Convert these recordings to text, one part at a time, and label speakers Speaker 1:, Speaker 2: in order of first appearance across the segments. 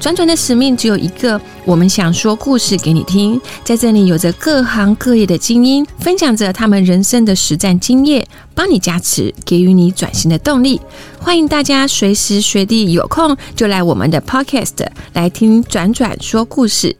Speaker 1: 转转的使命只有一个，我们想说故事给你听。在这里，有着各行各业的精英，分享着他们人生的实战经验，帮你加持，给予你转型的动力。欢迎大家随时随地有空就来我们的 Podcast 来听转转说故事。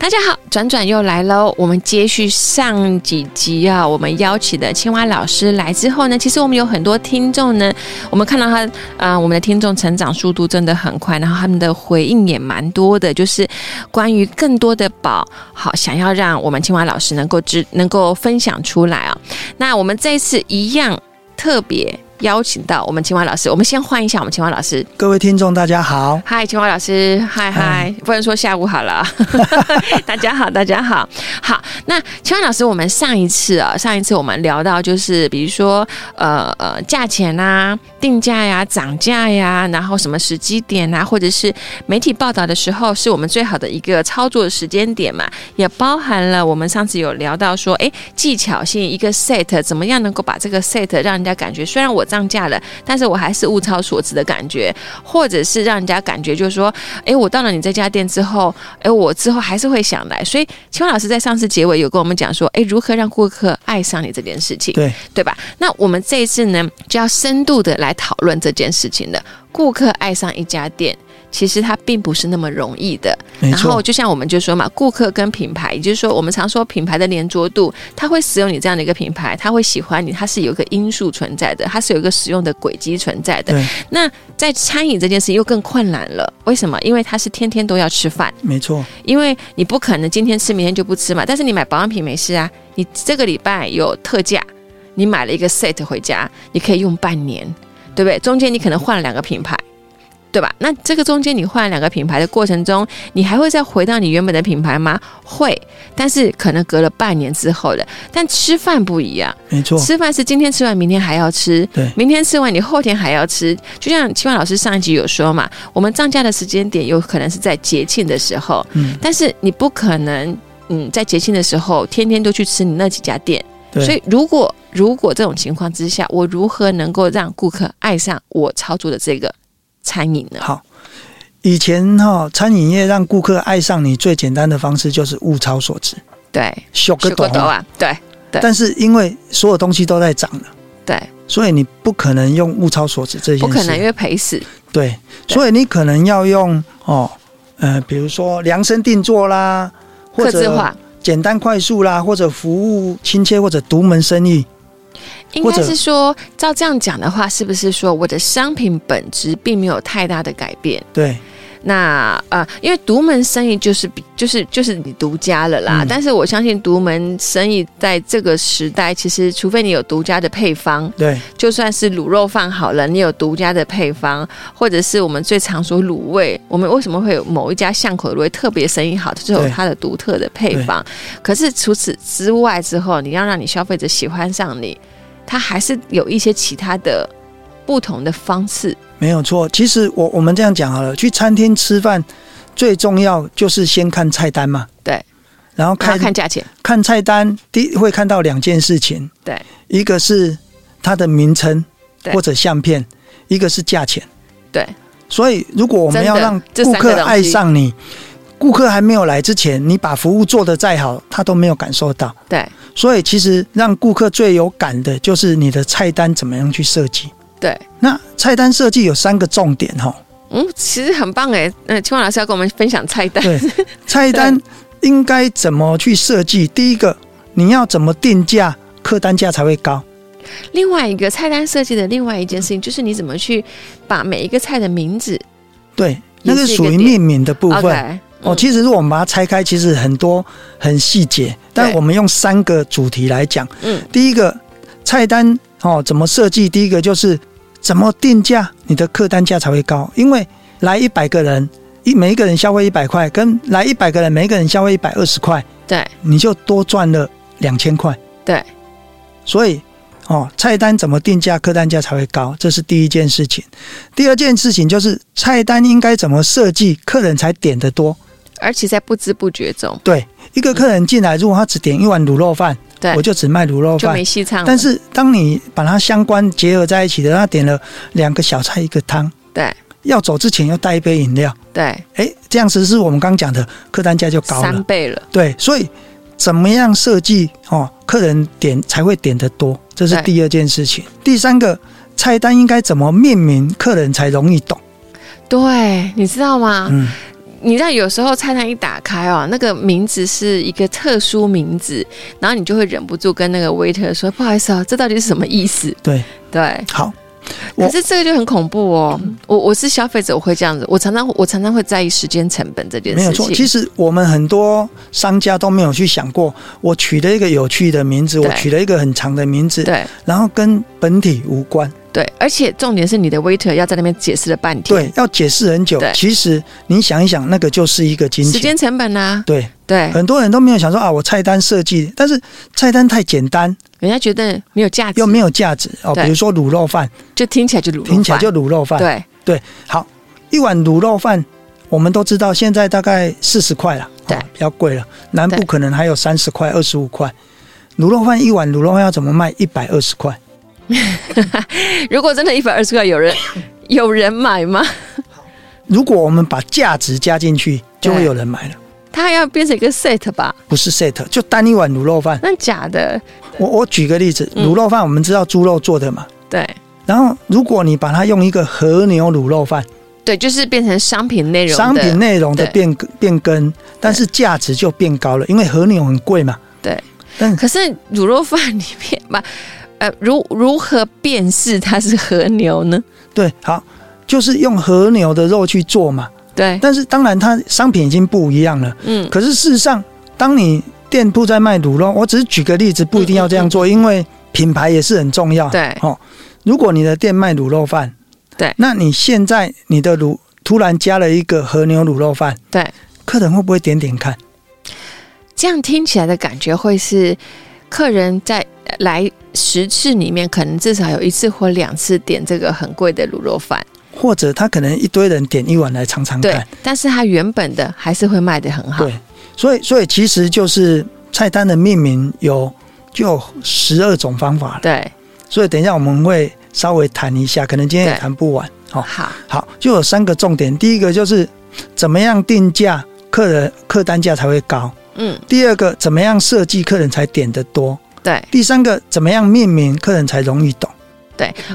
Speaker 1: 大家好，转转又来喽。我们接续上几集啊，我们邀请的青蛙老师来之后呢，其实我们有很多听众呢，我们看到他啊、我们的听众成长速度真的很快，然后他们的回应也蛮多的，就是关于更多的宝，好想要让我们青蛙老师能够知能够分享出来啊、那我们这一次一样特别邀请到我们青蛙老师，我们先换一下我们青蛙老师，
Speaker 2: 各位听众，大家好。
Speaker 1: 嗨，青蛙老师，嗨嗨，不能说下午好了，大家好，大家好，好。那青蛙老师，我们上一次啊，上一次我们聊到就是，比如说呃呃，价钱啊、定价呀、涨价呀，然后什么时机点啊，或者是媒体报道的时候，是我们最好的一个操作时间点嘛，也包含了我们上次有聊到说，哎，技巧性一个 set 怎么样能够把这个 set 让人家感觉，虽然我涨价了，但是我还是物超所值的感觉，或者是让人家感觉就是说，诶，我到了你这家店之后，诶，我之后还是会想来。所以，青蛙老师在上次结尾有跟我们讲说，诶，如何让顾客爱上你这件事情，
Speaker 2: 对，
Speaker 1: 对吧？那我们这一次呢，就要深度的来讨论这件事情了。顾客爱上一家店，其实它并不是那么容易的。
Speaker 2: 没
Speaker 1: 然后
Speaker 2: 错，
Speaker 1: 就像我们就说嘛，顾客跟品牌，也就是说我们常说品牌的粘着度，他会使用你这样的一个品牌，他会喜欢你，它是有一个因素存在的，它是有一个使用的轨迹存在的。
Speaker 2: 对，
Speaker 1: 那在餐饮这件事又更困难了，为什么？因为它是天天都要吃饭，
Speaker 2: 没错，
Speaker 1: 因为你不可能今天吃明天就不吃嘛。但是你买保养品没事啊，你这个礼拜有特价，你买了一个 set 回家，你可以用半年，对不对？中间你可能换了两个品牌。对吧？那这个中间你换了两个品牌的过程中，你还会再回到你原本的品牌吗？会，但是可能隔了半年之后的。但吃饭不一样，
Speaker 2: 没错，
Speaker 1: 吃饭是今天吃完，明天还要吃。
Speaker 2: 对
Speaker 1: 明天吃完你后天还要吃。就像青蛙老师上一集有说嘛，我们涨价的时间点有可能是在节庆的时候，
Speaker 2: 嗯，
Speaker 1: 但是你不可能。嗯，在节庆的时候，天天都去吃你那几家店，
Speaker 2: 对，
Speaker 1: 所以如果如果这种情况之下，我如何能够让顾客爱上我操作的这个餐饮呢？
Speaker 2: 好。以前哈、餐饮业让顾客爱上你最简单的方式就是物超所值，
Speaker 1: 对，
Speaker 2: 修个
Speaker 1: 吃过
Speaker 2: 短
Speaker 1: 头。啊，对对
Speaker 2: 但是因为所有东西都在涨了，
Speaker 1: 对，
Speaker 2: 所以你不可能用物超所值这件事，
Speaker 1: 不可能因为赔死，
Speaker 2: 对，所以你可能要用哦，呃，比如说量身定做啦，或
Speaker 1: 客制
Speaker 2: 者
Speaker 1: 化
Speaker 2: 简单快速啦，或者服务亲切，或者独门生意，
Speaker 1: 应
Speaker 2: 或
Speaker 1: 该
Speaker 2: 者
Speaker 1: 是说，照这样讲的话，是不是说我的商品本质并没有太大的改变？
Speaker 2: 对，
Speaker 1: 那呃，因为独门生意就是比就是就是你独家了啦。
Speaker 2: 嗯
Speaker 1: 但是我相信独门生意在这个时代，其实除非你有独家的配方，
Speaker 2: 对，
Speaker 1: 就算是卤肉饭好了，你有独家的配方，或者是我们最常说卤味，我们为什么会有某一家巷口的卤味特别生意好，就是有
Speaker 2: 对
Speaker 1: 它的独特的配方。可是除此之外之后，你要让你消费者喜欢上你，它还是有一些其他的不同的方式。
Speaker 2: 没有错，其实我我们这样讲好了，去餐厅吃饭最重要就是先看菜单嘛。
Speaker 1: 对。
Speaker 2: 然后
Speaker 1: 然
Speaker 2: 看
Speaker 1: 后看价钱，
Speaker 2: 看菜单，第一会看到两件事情。
Speaker 1: 对。
Speaker 2: 一个是它的名称
Speaker 1: 对
Speaker 2: 或者相片，一个是价钱。
Speaker 1: 对。
Speaker 2: 所以，如果我们
Speaker 1: 真的
Speaker 2: 要让
Speaker 1: 这
Speaker 2: 顾
Speaker 1: 三个
Speaker 2: 客
Speaker 1: 东西
Speaker 2: 爱上你，顾客还没有来之前，你把服务做得再好，他都没有感受到。
Speaker 1: 对。
Speaker 2: 所以，其实让顾客最有感的就是你的菜单怎么样去设计。
Speaker 1: 对。
Speaker 2: 那菜单设计有三个重点哈。
Speaker 1: 嗯，其实很棒哎。嗯，青蛙老师要跟我们分享菜单。
Speaker 2: 对，菜单应该怎么去设计？第一个，你要怎么定价，客单价才会高。
Speaker 1: 另外一个菜单设计的另外一件事情，就是你怎么去把每一个菜的名字
Speaker 2: 对，
Speaker 1: 也
Speaker 2: 那
Speaker 1: 是
Speaker 2: 个
Speaker 1: 一个
Speaker 2: 属于
Speaker 1: 点
Speaker 2: 命名的部分。
Speaker 1: OK，嗯
Speaker 2: 哦，其实如果我们把它拆开，其实很多很细节，但
Speaker 1: 对
Speaker 2: 我们用三个主题来讲。
Speaker 1: 嗯，
Speaker 2: 第一个菜单哦，怎么设计？第一个就是怎么定价，你的客单价才会高。因为来一百个人，一每一个人消费一百块，跟来一百个人，每一个人消费一百二十块，
Speaker 1: 对
Speaker 2: 你就多赚了两千块。
Speaker 1: 对，
Speaker 2: 所以哦，菜单怎么定价，客单价才会高，这是第一件事情。第二件事情就是菜单应该怎么设计，客人才点得多。
Speaker 1: 而且在不知不觉中，
Speaker 2: 对，一个客人进来，如果他只点一碗卤肉饭，
Speaker 1: 对
Speaker 2: 我就只卖卤肉
Speaker 1: 就
Speaker 2: 饭
Speaker 1: 没。戏唱了。
Speaker 2: 但是当你把它相关结合在一起的，他点了两个小菜一个汤，
Speaker 1: 对
Speaker 2: 要走之前要带一杯饮料，
Speaker 1: 对，
Speaker 2: 诶，这样子是我们刚讲的客单价就高了
Speaker 1: 三。倍了，
Speaker 2: 对，所以怎么样设计哦，客人点才会点得多，这是
Speaker 1: 对
Speaker 2: 第二件事情。第三个，菜单应该怎么命名，客人才容易懂。
Speaker 1: 对，你知道吗？
Speaker 2: 嗯，
Speaker 1: 你知道有时候菜单一打开哦，那个名字是一个特殊名字，然后你就会忍不住跟那个 waiter 说：“不好意思哦，这到底是什么意思
Speaker 2: 对，？”
Speaker 1: 对，
Speaker 2: 好，我
Speaker 1: 可是这个就很恐怖哦。我我是消费者，我会这样子，我常常我常常会在意时间成本这件
Speaker 2: 没有
Speaker 1: 事
Speaker 2: 错。
Speaker 1: 情。
Speaker 2: 其实我们很多商家都没有去想过，我取了一个有趣的名字，我
Speaker 1: 对
Speaker 2: 取了一个很长的名字，
Speaker 1: 对
Speaker 2: 然后跟本体无关，
Speaker 1: 对，而且重点是你的 waiter 要在那边解释了半天，
Speaker 2: 对，要解释很久
Speaker 1: 对。
Speaker 2: 其实你想一想，那个就是一个金
Speaker 1: 时
Speaker 2: 钱。
Speaker 1: 间成本啊，
Speaker 2: 对，
Speaker 1: 对，
Speaker 2: 很多人都没有想说啊，我菜单设计，但是菜单太简单
Speaker 1: 人家觉得没有价值
Speaker 2: 又，没有价值哦。
Speaker 1: 对
Speaker 2: 比如说卤肉饭，
Speaker 1: 就听起来就卤肉饭
Speaker 2: 听起来就卤肉饭。
Speaker 1: 对
Speaker 2: 好，一碗卤肉饭，我们都知道现在大概四十块了，
Speaker 1: 对
Speaker 2: 哦比较贵了。南部
Speaker 1: 对
Speaker 2: 可能还有三十块、二十五块。卤肉饭一碗卤肉饭要怎么卖？一百二十块，
Speaker 1: 如果真的一百二十块，有 人有人买吗？
Speaker 2: 如果我们把价值加进去，就会
Speaker 1: 对
Speaker 2: 有人买了。
Speaker 1: 它还要变成一个 set 吧？
Speaker 2: 不是 set，就单一碗卤肉饭。
Speaker 1: 那假的，
Speaker 2: 我我举个例子，
Speaker 1: 嗯
Speaker 2: 卤肉饭我们知道猪肉做的嘛，
Speaker 1: 对
Speaker 2: 然后如果你把它用一个和牛卤肉饭，
Speaker 1: 对，就是变成商品内容的。
Speaker 2: 商品内容的
Speaker 1: 对
Speaker 2: 变变更，但是价值就变高了，因为和牛很贵嘛。
Speaker 1: 对，
Speaker 2: 但
Speaker 1: 可是卤肉饭里面 吧，呃，如如何辨识它是和牛呢？
Speaker 2: 对，好，就是用和牛的肉去做嘛。
Speaker 1: 对，
Speaker 2: 但是当然，它商品已经不一样了。
Speaker 1: 嗯，
Speaker 2: 可是事实上，当你店铺在卖卤肉，我只是举个例子，不一定要这样
Speaker 1: 嗯
Speaker 2: 做，因为品牌也是很重要。，
Speaker 1: 对
Speaker 2: 哦，如果你的店卖卤肉饭，
Speaker 1: 对
Speaker 2: 那你现在你的卤突然加了一个和牛卤肉饭，
Speaker 1: 对，
Speaker 2: 客人会不会点点看？
Speaker 1: 这样听起来的感觉会是客人在呃来十次里面，可能至少有一次或两次点这个很贵的卤肉饭，
Speaker 2: 或者他可能一堆人点一碗来尝尝
Speaker 1: 对
Speaker 2: 看？，
Speaker 1: 但是它原本的还是会卖的很好。
Speaker 2: 对，所以所以其实就是菜单的命名有就有十二种方法了。
Speaker 1: 对，
Speaker 2: 所以等一下我们会稍微谈一下，可能今天也
Speaker 1: 对
Speaker 2: 谈不完。好、
Speaker 1: 好，
Speaker 2: 好，就有三个重点。第一个就是怎么样定价，客人客单价才会高；
Speaker 1: 嗯，
Speaker 2: 第二个，怎么样设计，客人才点得多；
Speaker 1: 对。
Speaker 2: 第三个，怎么样命名，客人才容易懂。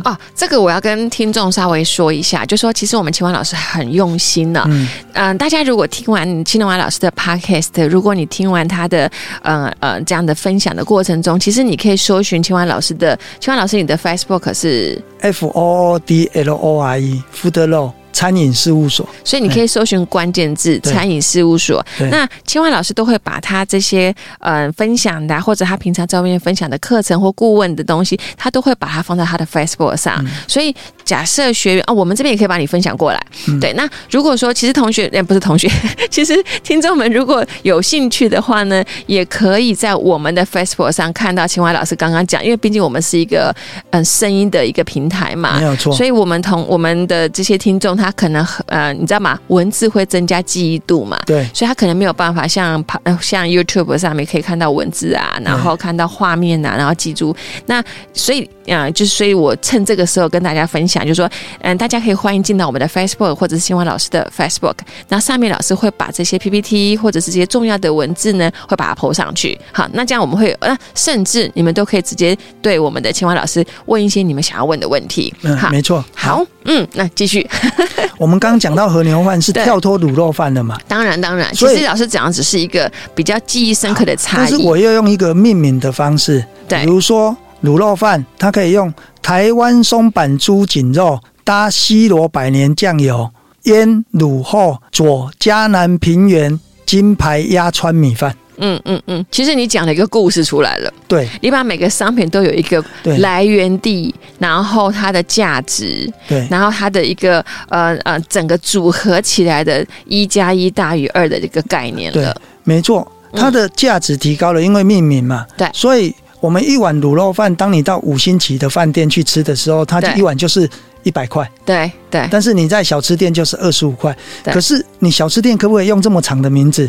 Speaker 1: 哦，这个我要跟听众稍微说一下，就说其实我们秦婉老师很用心呢、
Speaker 2: 嗯，
Speaker 1: 嗯、大家如果听完秦婉老师的 podcast，如果你听完他的呃呃这样的分享的过程中，其实你可以搜寻秦婉老师的秦婉老师你的 Facebook 是，
Speaker 2: F O O D L O R E Food l o 餐饮事务所，
Speaker 1: 所以你可以搜寻关键字
Speaker 2: 对
Speaker 1: 餐饮事务所
Speaker 2: 对。
Speaker 1: 那秦婉老师都会把他这些嗯、呃分享的啊、或者他平常在外面分享的课程或顾问的东西，他都会把它放在他的 Facebook 上。
Speaker 2: 嗯
Speaker 1: 所以假设学员哦，我们这边也可以把你分享过来。
Speaker 2: 嗯
Speaker 1: 对，那如果说其实同学，呃，不是同学，其实听众们如果有兴趣的话呢，也可以在我们的 Facebook 上看到青蛙老师刚刚讲，因为毕竟我们是一个嗯声音的一个平台嘛
Speaker 2: 没。有错。
Speaker 1: 啊所以，我们同我们的这些听众，他可能很呃，你知道吗？文字会增加记忆度嘛，
Speaker 2: 对，
Speaker 1: 所以他可能没有办法像旁呃像 YouTube 上面可以看到文字啊，然后看到画面啊，然后记住。那所以啊、呃就是所以我趁这个时候跟大家分享，就是说，嗯、大家可以欢迎进到我们的 Facebook 或者是新闻老师的 Facebook，那上面老师会把这些 PPT 或者是这些重要的文字呢，会把它 PO 上去。好，那这样我们会，那甚至你们都可以直接对我们的青蛙老师问一些你们想要问的问题。
Speaker 2: 嗯，
Speaker 1: 好。
Speaker 2: 没错。
Speaker 1: 好，嗯，那继续。
Speaker 2: 我们刚刚讲到和牛饭是
Speaker 1: 对
Speaker 2: 跳脱卤肉饭的嘛，
Speaker 1: 当然，当然，其
Speaker 2: 所以
Speaker 1: 实老师讲的只是一个比较记忆深刻的差
Speaker 2: 但
Speaker 1: 异。
Speaker 2: 是我要用一个命名的方式，
Speaker 1: 对
Speaker 2: 比如说卤肉饭，它可以用台湾松板猪颈肉搭西罗百年酱油腌卤后佐迦南平原金牌鸭川米饭。
Speaker 1: 嗯嗯嗯，其实你讲了一个故事出来了，
Speaker 2: 对
Speaker 1: 你把每个商品都有一个
Speaker 2: 对
Speaker 1: 来源地，然后它的价值，
Speaker 2: 对
Speaker 1: 然后它的一个呃呃整个组合起来的“一加一大于二”的这个概念
Speaker 2: 对
Speaker 1: 了。，
Speaker 2: 没错，它的价值提高了，因为命名嘛。
Speaker 1: 对
Speaker 2: 所以我们一碗卤肉饭，当你到五星级的饭店去吃的时候，它就
Speaker 1: 对
Speaker 2: 一碗就是一百块，
Speaker 1: 对对，
Speaker 2: 但是你在小吃店就是二十五块。
Speaker 1: 对
Speaker 2: 可是你小吃店可不可以用这么长的名字？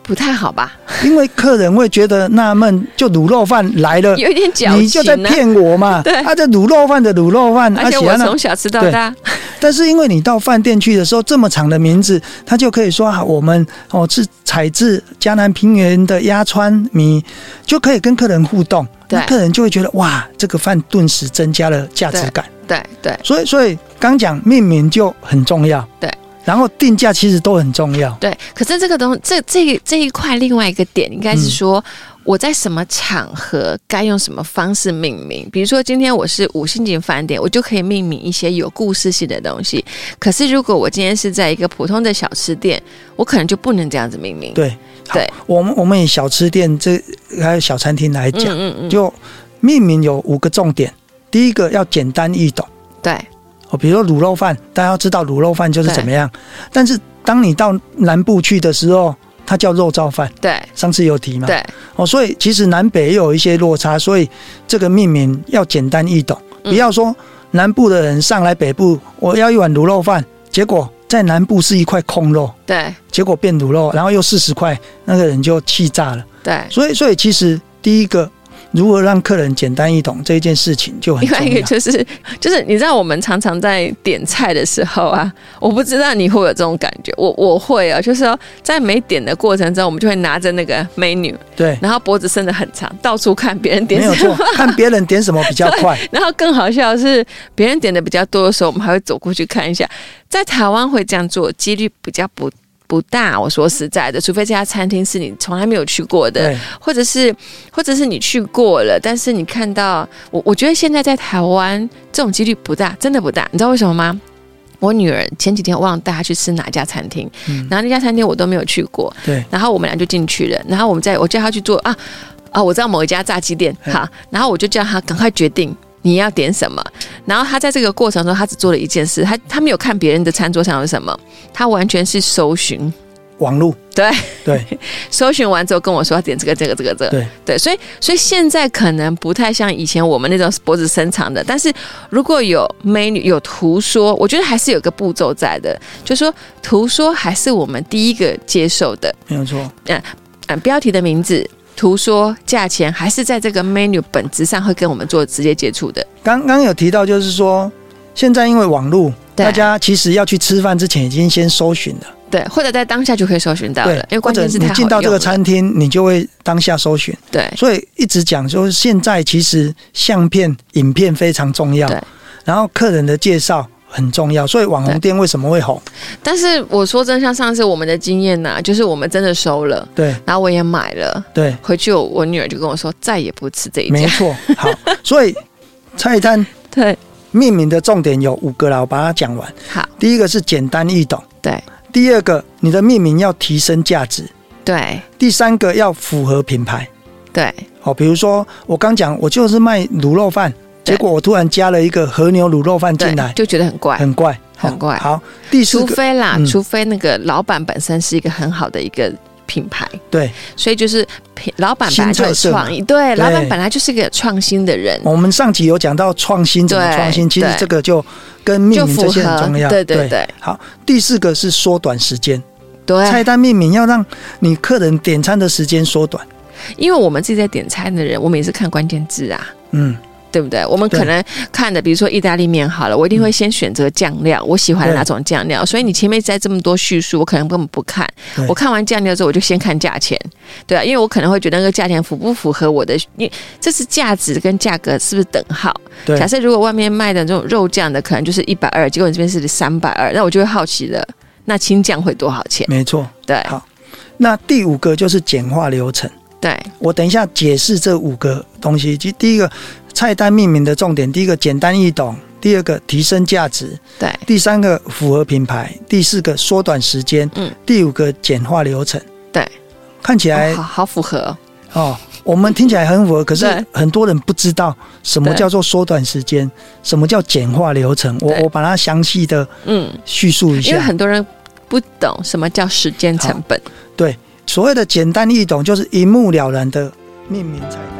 Speaker 1: 不太好吧？
Speaker 2: 因为客人会觉得纳闷，就卤肉饭来了，
Speaker 1: 有一点矫情、啊，
Speaker 2: 呃你就在骗我 嘛？
Speaker 1: 对
Speaker 2: 啊，这卤肉饭的卤肉饭，啊
Speaker 1: 而且
Speaker 2: 喜
Speaker 1: 我
Speaker 2: 欢那
Speaker 1: 从小吃到大，
Speaker 2: 但是因为你到饭店去的时候，这么长的名字，他就可以说啊，我们哦是采自江南平原的鸭川米，就可以跟客人互动，
Speaker 1: 对
Speaker 2: 那客人就会觉得哇，这个饭顿时增加了价值感。
Speaker 1: 对对
Speaker 2: 所以，所以刚讲命名就很重要，
Speaker 1: 对。
Speaker 2: 然后定价其实都很重要，
Speaker 1: 对。可是这个东这这这一块，另外一个点应该
Speaker 2: 嗯
Speaker 1: 是说。我在什么场合该用什么方式命名？比如说，今天我是五星级饭店，我就可以命名一些有故事性的东西。可是，如果我今天是在一个普通的小吃店，我可能就不能这样子命名。
Speaker 2: 对。好
Speaker 1: 对，
Speaker 2: 我们我们以小吃店这还有小餐厅来讲，
Speaker 1: 嗯嗯嗯，
Speaker 2: 就命名有五个重点，第一个要简单易懂。
Speaker 1: 对
Speaker 2: 哦，比如说卤肉饭，大家要知道卤肉饭就是怎么样。但是当你到南部去的时候，它叫肉燥饭，
Speaker 1: 对
Speaker 2: 上次有提嘛。
Speaker 1: 对，
Speaker 2: 哦，所以其实南北也有一些落差，所以这个命名要简单易懂，
Speaker 1: 嗯
Speaker 2: 不要说南部的人上来北部，我要一碗卤肉饭，结果在南部是一块空肉，
Speaker 1: 对
Speaker 2: 结果变卤肉，然后又四十块，那个人就气炸了。
Speaker 1: 对，
Speaker 2: 所以，所以其实第一个。如何让客人简单易懂这一件事情就很
Speaker 1: 另
Speaker 2: 重
Speaker 1: 外一个
Speaker 2: 要。
Speaker 1: 就是就是你知道我们常常在点菜的时候啊，我不知道你会不会有这种感觉，我我会啊，就是说在没点的过程中，我们就会拿着那个 menu，
Speaker 2: 对，
Speaker 1: 然后脖子伸得很长，到处看别人点
Speaker 2: 没有
Speaker 1: 什
Speaker 2: 错
Speaker 1: 么。，
Speaker 2: 看别人点什么比较快。
Speaker 1: 然后更好笑的是，别人点的比较多的时候，我们还会走过去看一下。在台湾会这样做，几率比较不不大。我说实在的，除非这家餐厅是你从来没有去过的，
Speaker 2: 对，
Speaker 1: 或者是或者是你去过了，但是你看到我，我觉得现在在台湾这种几率不大，真的不大。你知道为什么吗？我女儿前几天我忘了带她去吃哪家餐厅，
Speaker 2: 嗯
Speaker 1: 然后那家餐厅我都没有去过，
Speaker 2: 对，
Speaker 1: 然后我们俩就进去了，然后我们在我叫她去做啊啊，我知道某一家炸鸡店，
Speaker 2: 嗯
Speaker 1: 好，然后我就叫她赶快决定。你要点什么？然后她在这个过程中，她只做了一件事，她她没有看别人的餐桌上有什么，她完全是搜寻，
Speaker 2: 网路，
Speaker 1: 对，
Speaker 2: 对，
Speaker 1: 搜寻完之后跟我说要点这个这个这个这个，
Speaker 2: 对
Speaker 1: 所以所以现在可能不太像以前我们那种脖子伸长的，但是如果有美女有图说，我觉得还是有个步骤在的，就说图说还是我们第一个接受的，
Speaker 2: 没有错。
Speaker 1: 嗯、标题的名字。图说价钱还是在这个 menu 本质上会跟我们做直接接触的，
Speaker 2: 刚刚有提到，就是说现在因为网路，
Speaker 1: 对
Speaker 2: 大家其实要去吃饭之前已经先搜寻了，
Speaker 1: 对，或者在当下就可以搜寻到了，因为
Speaker 2: 或
Speaker 1: 关
Speaker 2: 者
Speaker 1: 键是
Speaker 2: 你
Speaker 1: 太好
Speaker 2: 进到这
Speaker 1: 用
Speaker 2: 个
Speaker 1: 了，
Speaker 2: 餐厅，你就会当下搜寻。
Speaker 1: 对
Speaker 2: 所以一直讲，就是现在其实相片、影片非常重要
Speaker 1: 对，
Speaker 2: 然后客人的介绍很重要，所以网红
Speaker 1: 对
Speaker 2: 店为什么会红？
Speaker 1: 但是我说真，像上次我们的经验呐、就是我们真的收了，
Speaker 2: 对
Speaker 1: 然后我也买了，
Speaker 2: 对，
Speaker 1: 回去我我女儿就跟我说再也不吃这一
Speaker 2: 没
Speaker 1: 家。
Speaker 2: 错。 好，所以菜单
Speaker 1: 对，
Speaker 2: 命名的重点有五个啦，我把它讲完。
Speaker 1: 好，
Speaker 2: 第一个是简单易懂，
Speaker 1: 对
Speaker 2: 第二个，你的命名要提升价值；
Speaker 1: 对
Speaker 2: 第三个，要符合品牌。
Speaker 1: 对
Speaker 2: 哦，比如说我刚讲，我就是卖卤肉饭，
Speaker 1: 对
Speaker 2: 结果我突然加了一个和牛卤肉饭进
Speaker 1: 对，
Speaker 2: 来，
Speaker 1: 就觉得很怪。
Speaker 2: 很怪，
Speaker 1: 很
Speaker 2: 哦
Speaker 1: 怪
Speaker 2: 好，第四
Speaker 1: 除
Speaker 2: 个，
Speaker 1: 非啦，
Speaker 2: 嗯
Speaker 1: 除非那个老板本身是一个很好的一个品牌，
Speaker 2: 对，
Speaker 1: 所以就是品老板本来就有
Speaker 2: 新菜色嘛
Speaker 1: 创意，对，
Speaker 2: 对哦
Speaker 1: 老板本来就是一个有创新的人，
Speaker 2: 我们上集有讲到创新怎么
Speaker 1: 对
Speaker 2: 创新，其实
Speaker 1: 对
Speaker 2: 这个就跟命
Speaker 1: 就
Speaker 2: 名
Speaker 1: 符
Speaker 2: 这些
Speaker 1: 合
Speaker 2: 很重要。
Speaker 1: 对对对
Speaker 2: 好，第四个是缩短时间，菜
Speaker 1: 对，
Speaker 2: 单命名要让你客人点餐的时间缩短。
Speaker 1: 因为我们自己在点餐的人，我们也是看关键字啊。
Speaker 2: 嗯，
Speaker 1: 对不对？我们可能看的，比如说意大利面好了，我一定会先选择酱料，我喜欢哪种酱料。所以你前面在这么多叙述，我可能根本不看
Speaker 2: 对。
Speaker 1: 我看完酱料之后，我就先看价钱，对啊，因为我可能会觉得那个价钱符不符合我的，因为这是价值跟价格是不是等号？
Speaker 2: 对
Speaker 1: 假，设如果外面卖的这种肉酱的，可能就是一百二，结果你这边是三百二，那我就会好奇了，那青酱会多少钱？
Speaker 2: 没错。
Speaker 1: 对
Speaker 2: 好那第五个就是简化流程。
Speaker 1: 对
Speaker 2: 我等一下解释这五个东西。其第一个菜单命名的重点，第一个简单易懂，第二个提升价值，
Speaker 1: 对
Speaker 2: 第三个符合品牌，第四个缩短时间，
Speaker 1: 嗯，
Speaker 2: 第五个简化流程。
Speaker 1: 对，
Speaker 2: 看起来
Speaker 1: 哦好好符合哦、
Speaker 2: 哦，我们听起来很符合，可是
Speaker 1: 对
Speaker 2: 很多人不知道什么叫做缩短时间，什么叫简化流程。我
Speaker 1: 对
Speaker 2: 我把它详细的
Speaker 1: 嗯，
Speaker 2: 叙述一
Speaker 1: 因为
Speaker 2: 下。
Speaker 1: 很多人不懂什么叫时间成本。
Speaker 2: 所谓的简单易懂，就是一目了然的命名菜单。